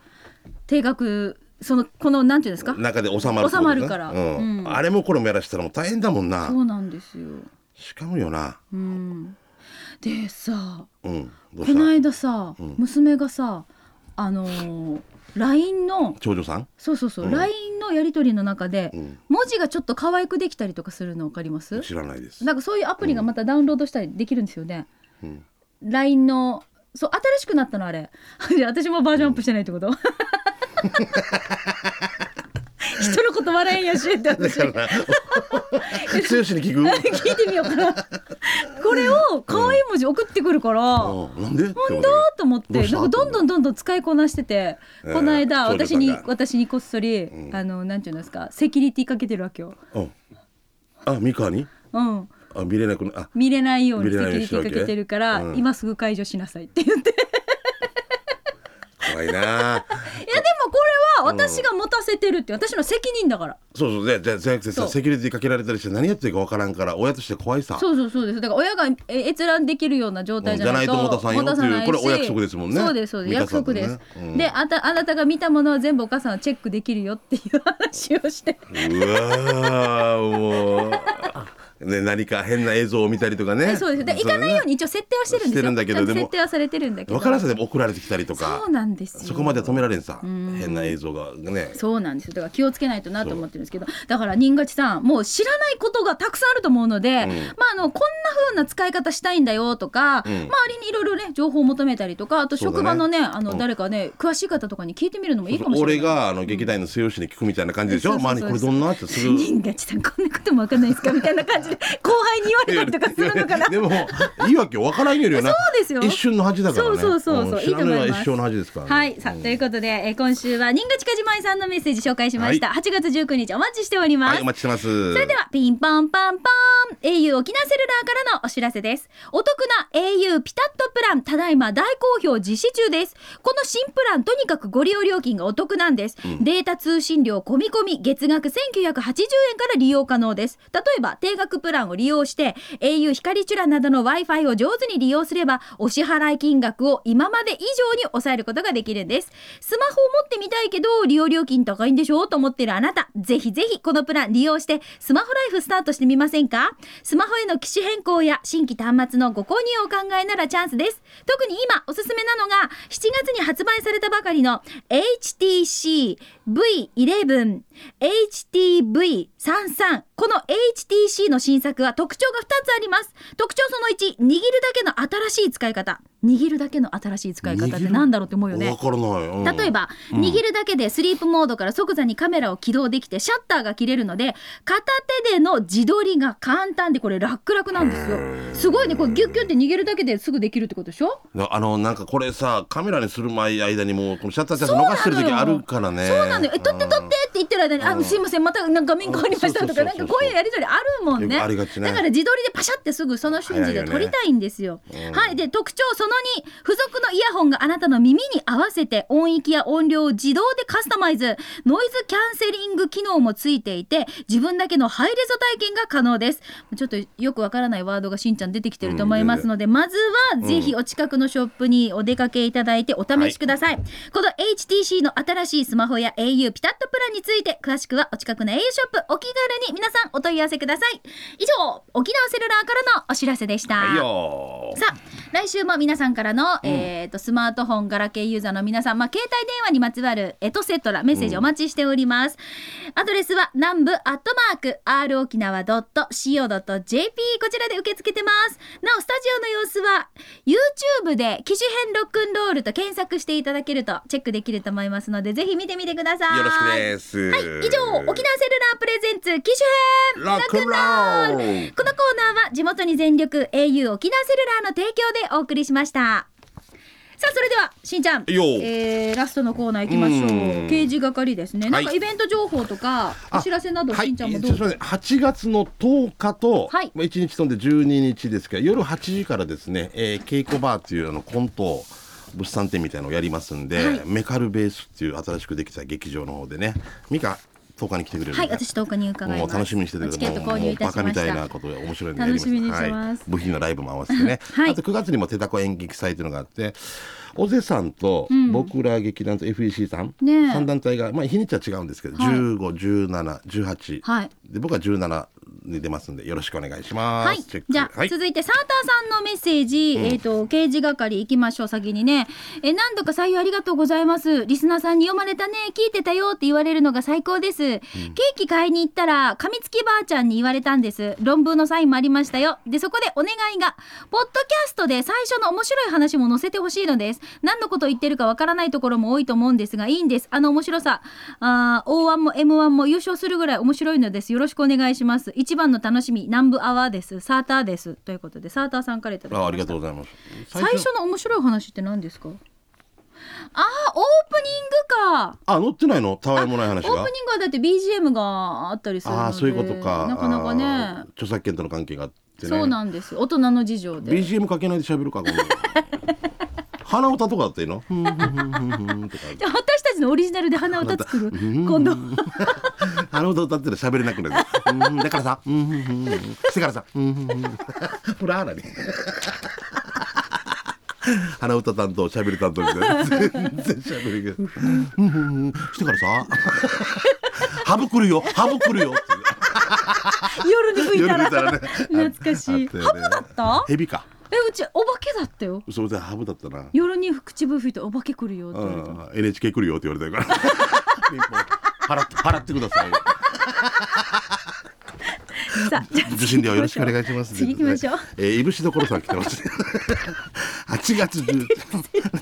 Speaker 1: 定額そのこのなんていうんですか
Speaker 2: 中で収まるってこと
Speaker 1: 収まるから
Speaker 2: うん
Speaker 1: うん
Speaker 2: あれもこれもやらしたらもう大変だもんな
Speaker 1: そうなんですよ。
Speaker 2: しかもよな
Speaker 1: うん、でさ
Speaker 2: うんどう
Speaker 1: こ
Speaker 2: し
Speaker 1: の
Speaker 2: た
Speaker 1: 間さ、
Speaker 2: うん
Speaker 1: 娘がさあのー LINE の
Speaker 2: 長女さん、
Speaker 1: そうそうそう、
Speaker 2: うん
Speaker 1: LINE のやり取りの中で、
Speaker 2: うん、
Speaker 1: 文字がちょっと可愛くできたりとかするの分かります
Speaker 2: 知らないです、
Speaker 1: なんかそういうアプリがまたダウンロードしたりできるんですよね、
Speaker 2: うん、
Speaker 1: LINE のそう新しくなったのあれ [LAUGHS] いや私もバージョンアップしてないってこと
Speaker 2: [LAUGHS]
Speaker 1: 人のこと笑えんやしって
Speaker 2: だ
Speaker 1: 私
Speaker 2: [LAUGHS] からな剛に聞
Speaker 1: [LAUGHS]
Speaker 2: く
Speaker 1: 聞いてみようかなこれを可愛い文字送ってくるから、
Speaker 2: うんなんでってこと
Speaker 1: 本
Speaker 2: で
Speaker 1: 当と思っ
Speaker 2: どう
Speaker 1: て
Speaker 2: した
Speaker 1: なんかどんどんどんどん使いこなしてて、
Speaker 2: えー
Speaker 1: この間
Speaker 2: 長女
Speaker 1: 私
Speaker 2: さん
Speaker 1: に
Speaker 2: が
Speaker 1: 私にこっそり、
Speaker 2: うん
Speaker 1: あのなんていうんですかセキュリティかけてるわけよ、
Speaker 2: うんあミカに
Speaker 1: うん、
Speaker 2: あ見れなくなあ
Speaker 1: 見れないように
Speaker 2: 見
Speaker 1: セ
Speaker 2: れ
Speaker 1: キ
Speaker 2: ないよ
Speaker 1: ュ
Speaker 2: うに
Speaker 1: リティかけ
Speaker 2: してるわけ
Speaker 1: てるから、
Speaker 2: うん
Speaker 1: 今すぐ解除しなさいって言ってい
Speaker 2: 怖い
Speaker 1: [LAUGHS]
Speaker 2: な
Speaker 1: やでもこれは私が持たせてるって私の責任だから、
Speaker 2: そうそうでじゃじゃなくて
Speaker 1: そ
Speaker 2: さ
Speaker 1: う
Speaker 2: セキュリティかけられたりして何やってるかわからんから親として怖いさ
Speaker 1: そうそうそうですだから親がえ閲覧できるような状態じゃないと,、
Speaker 2: うんじゃないと持たさんよ
Speaker 1: な
Speaker 2: っていう
Speaker 1: いし
Speaker 2: これお約束ですもんね
Speaker 1: そうですそうです
Speaker 2: 三
Speaker 1: 約
Speaker 2: 田さんの
Speaker 1: 束
Speaker 2: ね
Speaker 1: です、
Speaker 2: うん
Speaker 1: であたあなたが見たものは全部お母さんはチェックできるよっていう話をして
Speaker 2: うわーもう、ね、何か変な映像を見たりとかね
Speaker 1: えそうですで行かないように一応設定はしてるんですよ
Speaker 2: してるんだけど
Speaker 1: ちゃと
Speaker 2: でも
Speaker 1: 設定はされてるんだけど
Speaker 2: 分からせでも送られてきたりとか
Speaker 1: そうなんですよ
Speaker 2: そこまでは止められんさ
Speaker 1: うん
Speaker 2: 変な映像がね
Speaker 1: そうなんですよだから気をつけないとなと思ってるんですけどだから新勝さんもう知らないことがたくさんあると思うので、
Speaker 2: うん
Speaker 1: まあ、あのこんな風な使い方したいんだよとか、
Speaker 2: うん
Speaker 1: 周りにいろいろね情報を求めたりとかあと
Speaker 2: そうだね
Speaker 1: 職場のねあ
Speaker 2: う
Speaker 1: の
Speaker 2: ん
Speaker 1: 誰かね、詳しい方とかに聞いてみるのもいいかもしれない。
Speaker 2: 俺があの劇団員の末吉に聞くみたいな感じでしょ
Speaker 1: そうそうそう
Speaker 2: 周りにこれどんなってす
Speaker 1: [LAUGHS]
Speaker 2: ぐ
Speaker 1: 人勝さんこんなこともわかんないですかみたいな感じで後輩に言われたりとかするのかな。
Speaker 2: でもいいわけよ分からんよりはな
Speaker 1: そうですよ
Speaker 2: 一瞬の恥だからね
Speaker 1: そうそうそうそうん
Speaker 2: 知
Speaker 1: いいと
Speaker 2: らない
Speaker 1: 思い
Speaker 2: は
Speaker 1: ます
Speaker 2: 一生の恥ですからね
Speaker 1: はい、さあ、ということで、えー今週は新口かじまいさんのメッセージ紹介しました。8月19日お待ちしております。
Speaker 2: はいお待ちしてます
Speaker 1: それではピンポンパンポン au 沖縄セルラーからのお知らせですお得な au ピタッとプランただいま大好評実施中ですこの新プランとにかくご利用料金がお得なんです、データ通信料込み込み月額1980円から利用可能です例えば定額プランを利用して au 光チュラなどの Wi-Fi を上手に利用すればお支払い金額を今まで以上に抑えることができるんですスマホを持ってみたいけど利用料金高いんでしょと思ってるあなたぜひぜひこのプラン利用してスマホライフスタートしてみませんかスマホへの機種変更や新規端末のご購入をお考えならチャンスです特に今おすすめなのが7月に発売されたばかりの HTC-V11 HTV33 この HTC の新作は特徴が2つあります特徴その1握るだけの新しい使い方握るだけの新しい使い方ってなんだろうって思うよね
Speaker 2: 分からないうん
Speaker 1: 例えば、握るだけでスリープモードから即座にカメラを起動できてシャッターが切れるので片手での自撮りが簡単でこれ楽々なんですよすごいねこれギュッギュッって逃げるだけですぐできるってことでしょ
Speaker 2: あのなんかこれさカメラにする前間にもうこのシャッターチャンス
Speaker 1: そうなのよ
Speaker 2: 逃してる時あるからね
Speaker 1: そうなのよ「え撮って撮って」って言ってる間に「あすいませんまたなんか画面変わりました」とか
Speaker 2: うん
Speaker 1: な
Speaker 2: そ
Speaker 1: ん
Speaker 2: う
Speaker 1: か
Speaker 2: そうそうそう
Speaker 1: こういうやり取りあるもんね
Speaker 2: よくありがちね
Speaker 1: だから自撮りでパシャってすぐその瞬時で撮りたいんですよ。
Speaker 2: 早いよねうん
Speaker 1: はいで特徴その2付属のイヤホンがあなたの耳に合わせて音域や音量を自動でカスタマイズノイズキャンセリング機能もついていて自分だけのハイレゾ体験が可能ですちょっとよくわからないワードがしんちゃん出てきてると思いますので、まずはぜひお近くのショップにお出かけいただいてお試しください、この HTC の新しいスマホや au ピタッとプランについて詳しくはお近くの au ショップお気軽に皆さんお問い合わせください以上沖縄セルラーからのお知らせでした、
Speaker 2: はいよ
Speaker 1: さあ来週も皆さんからの、えー、とスマートフォンガラケーユーザーの皆さん、まあ、携帯電話にまつわるエトセトラメッセージお待ちしております、アドレスは南部アットマーク r 沖縄 .co.jp こちらで受け付けてますなおスタジオの様子は YouTube で機種編ロックンロールと検索していただけるとチェックできると思いますのでぜひ見てみてください
Speaker 2: よろしくです
Speaker 1: はい以上沖縄セルラープレゼンツ機種編
Speaker 2: ロックンロール
Speaker 1: このコーナーは地元に全力 au 沖縄セルラーの提供でお送りしましたさあそれではしんちゃん
Speaker 2: いいよ
Speaker 1: えーラストのコーナー行きましょ
Speaker 2: う
Speaker 1: うん刑事係ですね、なんか
Speaker 2: はい
Speaker 1: イベント情報とかお知らせなど
Speaker 2: はい
Speaker 1: しんちゃんもど
Speaker 2: ち
Speaker 1: う
Speaker 2: ょっと
Speaker 1: ぞ
Speaker 2: 待って8月の10日と、
Speaker 1: はい
Speaker 2: まあ1日飛んで12日ですけど夜8時からですね、えー、稽古バーっていうあのコントを物産展みたいなのをやりますんで、メカルベースっていう新しくできた劇場の方でねミカ10日に来てくれるんで
Speaker 1: はい私10日に伺い
Speaker 2: も
Speaker 1: ま
Speaker 2: う
Speaker 1: す
Speaker 2: 楽しみにしててくだ
Speaker 1: チ
Speaker 2: さ
Speaker 1: ケ
Speaker 2: い
Speaker 1: ット購入いたし
Speaker 2: もう
Speaker 1: ま
Speaker 2: もうバカみた
Speaker 1: した
Speaker 2: いなことで面白いのでやります
Speaker 1: 楽しみにしてます
Speaker 2: はい、部品のライブも合わせてね、
Speaker 1: [LAUGHS] はい
Speaker 2: あと9月にも手だこ演劇祭というのがあって尾瀬さんと
Speaker 1: うん
Speaker 2: 僕ら劇団と FEC さん、
Speaker 1: ねえ
Speaker 2: 3団体が、まあ、日にちは違うんですけど、
Speaker 1: はい
Speaker 2: 151718、18
Speaker 1: はい
Speaker 2: で僕は17に出ますんでよろしくお願いします。
Speaker 1: はい
Speaker 2: チェック
Speaker 1: じゃあ、
Speaker 2: はい、
Speaker 1: 続いてサーターさんのメッセージ、えっ、と刑事係行きましょう先にねえ何度か採用ありがとうございますリスナーさんに読まれたね聞いてたよって言われるのが最高です、ケーキ買いに行ったら噛みつきばあちゃんに言われたんです論文のサインもありましたよでそこでお願いがポッドキャストで最初の面白い話も載せてほしいのです何のこと言ってるかわからないところも多いと思うんですがいいんですあの面白さあー O1 も M1 も優勝するぐらい面白いのですよろしくお願いします一番の楽しみ南部アワーですサーターですということでサーターさんからいただきました
Speaker 2: あありがとうございます。
Speaker 1: 最初の面白い話って何ですかあーオープニングか
Speaker 2: あ乗ってないのたわいもない
Speaker 1: オー
Speaker 2: 話
Speaker 1: プニング
Speaker 2: が。
Speaker 1: はだって BGM があったりするので
Speaker 2: ああーそういうことか。
Speaker 1: なかなか
Speaker 2: あー
Speaker 1: ね
Speaker 2: 著作権との関係があってね。
Speaker 1: そうなんですよ大人の事情で
Speaker 2: BGM かけないで喋るか [LAUGHS] 今度鼻歌とかだっていいの？ふんふんふんふんふんとか
Speaker 1: じゃあ私たちのオリジナルで鼻歌作る今
Speaker 2: [LAUGHS]
Speaker 1: 度
Speaker 2: 鼻歌歌ってる喋れなくなる。うんだからさ、うんうんうんうんしてからさ、うんうんうんほらあらね。鼻歌担当、喋る担当みたいな。全然喋るけど。うんうんうんしてからさ、ハブくるよ、ハブくるよって。
Speaker 1: 夜に吹いたら
Speaker 2: 夜に吹いたらね
Speaker 1: 懐かしい
Speaker 2: ああったよね
Speaker 1: ハブだった
Speaker 2: 蛇か。
Speaker 1: えうちお化けだったよ
Speaker 2: それでハブだったな。
Speaker 1: 夜に口笛吹いてお化け来るよって言われた
Speaker 2: うん NHK 来るよって言われ [LAUGHS] たから。ピンポン払って払ってください。 [LAUGHS]
Speaker 1: さあじゃあ
Speaker 2: 受信料よろしくお願いします。
Speaker 1: 次行きましょう。
Speaker 2: えー、いぶしどころさん来て
Speaker 1: [LAUGHS]
Speaker 2: ます。8月10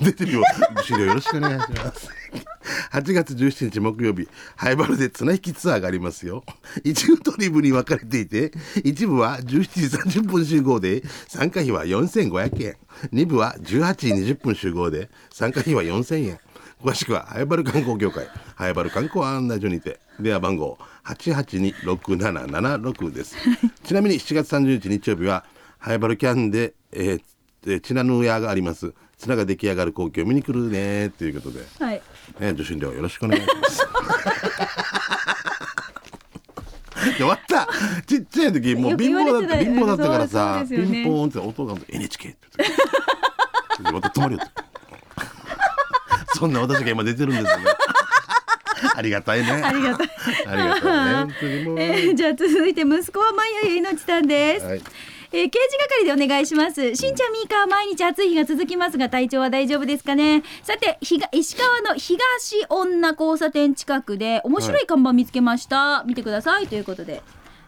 Speaker 2: 出てるよ。受信料よろしくお願いします。8月17日木曜日、ハイバルで綱引きツアーがありますよ。一部と二部に分かれていて、一部は17時30分集合で、参加費は4500円。二部は18時20分集合で、参加費は4000円。詳しくは、ハイバル観光協会、ハイバル観光案内所にて、電話番号8826776です。ちなみに7月30日日曜日は、ハイバルキャンで、えーえー、チナヌヤがあります。綱が出来上がる光景を見に来るねということで。
Speaker 1: はい
Speaker 2: ね、受信料よろしくお願いし
Speaker 1: [LAUGHS]
Speaker 2: ます。で終わったちっちゃい時も
Speaker 1: よ
Speaker 2: う
Speaker 1: く
Speaker 2: 貧
Speaker 1: 言われ
Speaker 2: 乏
Speaker 1: て
Speaker 2: だったた貧乏だったから
Speaker 1: そ
Speaker 2: さ、
Speaker 1: うですよね
Speaker 2: ピンポーンって音が NHK って言ってまた止まるよってそんな私が今出て [LAUGHS] るんですよね [LAUGHS] ありがたいね
Speaker 1: ありがとう
Speaker 2: ありがたいね本当にも
Speaker 1: [LAUGHS]
Speaker 2: う、
Speaker 1: えーじゃあ続いて息子はまゆゆいのちさんです、
Speaker 2: はい
Speaker 1: えー刑事係でお願いしますしんちゃんみーかは毎日暑い日が続きますが体調は大丈夫ですかねさてひが石川の東女交差点近くで面白い看板見つけました、見てくださいということで、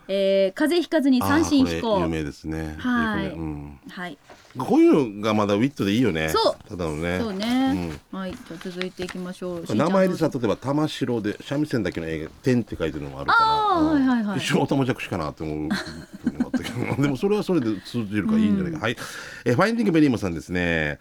Speaker 1: えー風邪ひかずに三振飛行
Speaker 2: あーこれ有名ですね
Speaker 1: はい
Speaker 2: これうん、
Speaker 1: はい
Speaker 2: こういうのがまだウィットでいいよね
Speaker 1: そう
Speaker 2: ただのね
Speaker 1: そう
Speaker 2: うん
Speaker 1: ね、はいじゃあ続いていきましょうしんちゃん
Speaker 2: 名前で
Speaker 1: ど
Speaker 2: さ
Speaker 1: うぞ
Speaker 2: 例えば玉城で三味線だけの映画「天」って書いてるのもある
Speaker 1: あ
Speaker 2: か
Speaker 1: ー
Speaker 2: らうん
Speaker 1: はいはいはい
Speaker 2: 一生おたまじゃくしかなって思う思ったけどでもそれはそれで通じるからいいんじゃないか、はい、えーファインディングベリーモさんですね、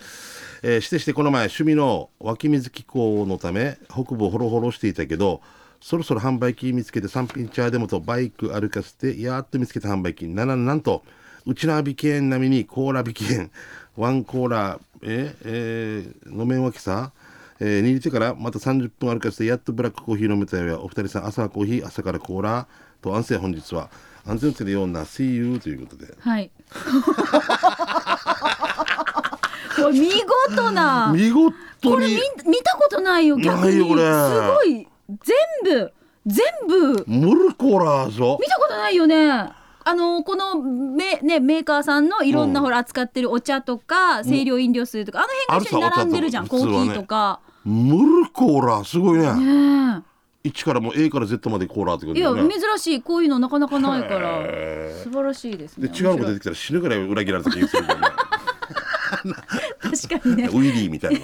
Speaker 2: えーしてしてこの前趣味の湧き水機構のため北部をホロホロしていたけどそろそろ販売機見つけて3品チャーでもとバイク歩かせてやーっと見つけた販売機なななんとうちなびき園並みにコーラびき園ワンコーラええー、のめんわきさえー、握ってからまた30分歩かせてやっとブラックコーヒー飲めたよやお二人さん朝はコーヒー朝からコーラと安静本日は安全運転でような See you ということで
Speaker 1: はい。 [LAUGHS] これ見事な。
Speaker 2: 見
Speaker 1: こ
Speaker 2: 事
Speaker 1: れ見
Speaker 2: に
Speaker 1: 見たことないよ逆
Speaker 2: ない
Speaker 1: に。
Speaker 2: よこれ
Speaker 1: すごい全部全部
Speaker 2: モルコラーぞ
Speaker 1: 見たことないよね。あのこのメ,、ね、メーカーさんのいろんな、
Speaker 2: うん
Speaker 1: ほら扱ってるお茶とか清涼飲料水とかあの辺が一緒
Speaker 2: あ
Speaker 1: に
Speaker 2: るさ
Speaker 1: 並んでるじゃん、
Speaker 2: お茶
Speaker 1: コ
Speaker 2: と
Speaker 1: ー
Speaker 2: か
Speaker 1: ヒーとか。
Speaker 2: モルコラーすごいね
Speaker 1: ね
Speaker 2: 1からもう A から Z までコーラってこ
Speaker 1: え
Speaker 2: と
Speaker 1: い
Speaker 2: だ
Speaker 1: や
Speaker 2: よね
Speaker 1: 珍しいこういうのなかなかないから
Speaker 2: へ
Speaker 1: 素晴らしいです
Speaker 2: で
Speaker 1: ね。
Speaker 2: 違うのが出てきたら死ぬぐらい裏切られた気がするけどね
Speaker 1: 面白い確かに
Speaker 2: [LAUGHS]
Speaker 1: ね。
Speaker 2: ウィリーみたいな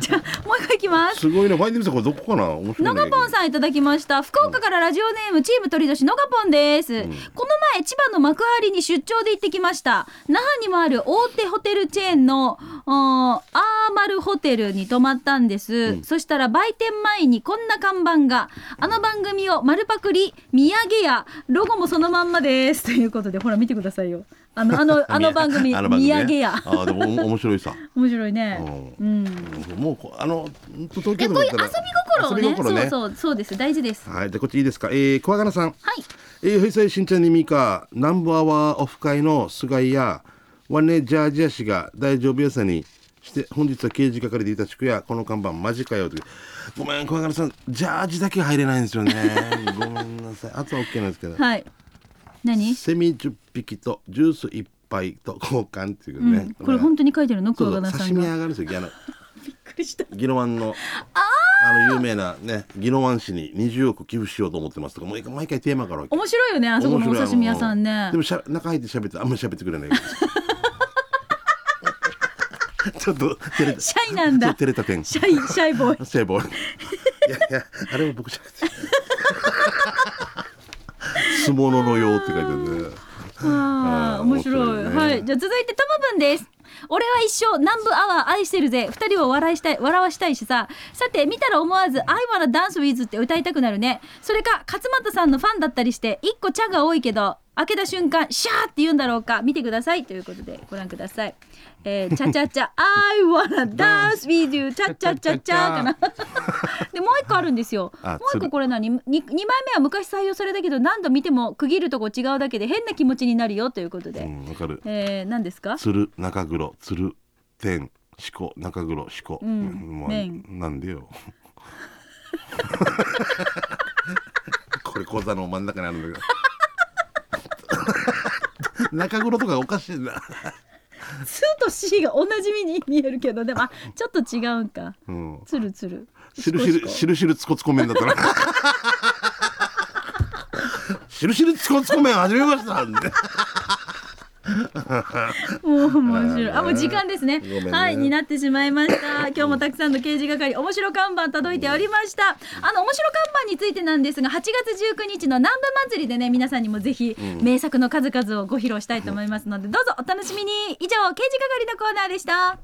Speaker 1: じゃあもう一個いきます。
Speaker 2: すごいねファインディングさんこれどこかな面白い
Speaker 1: の
Speaker 2: ね
Speaker 1: がぽんさんいただきました福岡からラジオネームチーム鳥年のがぽんです、この前千葉の幕張に出張で行ってきました那覇にもある大手ホテルチェーンのうんアーマルホテルに泊まったんです、そしたら売店前にこんな看板があの番組を丸パクリ土産屋ロゴもそのまんまですということでほら見てくださいよあのあ
Speaker 2: [LAUGHS]
Speaker 1: のあの番組
Speaker 2: あ
Speaker 1: 土
Speaker 2: の番組ね
Speaker 1: 産屋
Speaker 2: あーでもおも面白いさ
Speaker 1: 面白いね
Speaker 2: う
Speaker 1: うん
Speaker 2: もうこあのうんと東
Speaker 1: いや
Speaker 2: 京
Speaker 1: こう
Speaker 2: で
Speaker 1: い
Speaker 2: も
Speaker 1: う
Speaker 2: やっ
Speaker 1: 遊
Speaker 2: た
Speaker 1: び
Speaker 2: ら
Speaker 1: 心をね
Speaker 2: 遊び心ね
Speaker 1: そうそうそうです大事ですは
Speaker 2: はい、じゃあこっちいいですか。えー、小柄さん。
Speaker 1: い
Speaker 2: えー、平成新ちゃんにみーか、ナンバーワーオフ会の菅井や、はねジャージア氏が大丈夫やさにして本日は刑事係でいた地区やこの看板マジかよというごめん小柄さんジャージだけ入れないんです
Speaker 1: [LAUGHS]
Speaker 2: よねごめんなさいあとは OK なんですけど、
Speaker 1: はい何、
Speaker 2: セミ10匹とジュース1杯と交換っていうね、
Speaker 1: うんこれ本当に書いてるの
Speaker 2: そ
Speaker 1: 黒
Speaker 2: うそう
Speaker 1: 金さ
Speaker 2: 刺
Speaker 1: ん
Speaker 2: 身
Speaker 1: が
Speaker 2: 屋があるんですよギャナ
Speaker 1: びっくりした
Speaker 2: ギノワンのあの有名なねギノワン市に20億寄付しようと思ってますとかもう毎回テーマから
Speaker 1: 面白いよねあそこのお刺身屋さんね
Speaker 2: でもしゃ中入って喋ってあんまり喋ってく
Speaker 1: [LAUGHS]
Speaker 2: れないちょっと照れた
Speaker 1: シャイなん
Speaker 2: ちょっ
Speaker 1: だ
Speaker 2: と照れた点
Speaker 1: シャイシャイボーイ
Speaker 2: セー
Speaker 1: [LAUGHS]
Speaker 2: ボールいやいやあれは僕じゃなくて相撲のようって書いてあるね
Speaker 1: ああ
Speaker 2: あー
Speaker 1: 面白い、
Speaker 2: 面白いね
Speaker 1: はいじゃあ続いてトムブンです俺は一生南部アワー愛してるぜ二人を笑いしたい笑わしたいしささて見たら思わず「I wanna dance with」って歌いたくなるねそれか勝俣さんのファンだったりして一個茶が多いけど開けた瞬間シャーって言うんだろうか見てくださいということでご覧くださいえー、チャチャチャ I wanna dance with you チャチャチャチャかなでもう一個あるんですよも
Speaker 2: あ
Speaker 1: う一
Speaker 2: つ
Speaker 1: 個
Speaker 2: る
Speaker 1: これ何に二枚目は昔採用されたけど何度見ても区切るとこ違うだけで変な気持ちになるよということで、
Speaker 2: うんわかる
Speaker 1: えー、何ですか
Speaker 2: 鶴中黒鶴天四股中黒四股、
Speaker 1: うん
Speaker 2: も
Speaker 1: 麺
Speaker 2: なんでよ [LAUGHS] これ講座の真ん中にあるんだけど [LAUGHS] 中黒とかおかしいな、
Speaker 1: 「つ」と「し」が同じみに見えるけどでもあちょっと違うんか
Speaker 2: うん、
Speaker 1: つるつる
Speaker 2: しるし
Speaker 1: しこ
Speaker 2: る
Speaker 1: し
Speaker 2: し
Speaker 1: こ
Speaker 2: るしるつこつこ麺
Speaker 1: [LAUGHS]
Speaker 2: だったなしるしるつこつこ麺始めましたんで
Speaker 1: もう面白いあもう時間ですね
Speaker 2: ごめんね
Speaker 1: はいになってしまいました今
Speaker 2: [LAUGHS]
Speaker 1: 日もたくさんの刑事係面白看板届いておりましたあの面白看板についてなんですが8月19日の南部祭りでね皆さんにもぜひ名作の数々をご披露したいと思いますので、どうぞお楽しみに以上刑事係のコーナーでした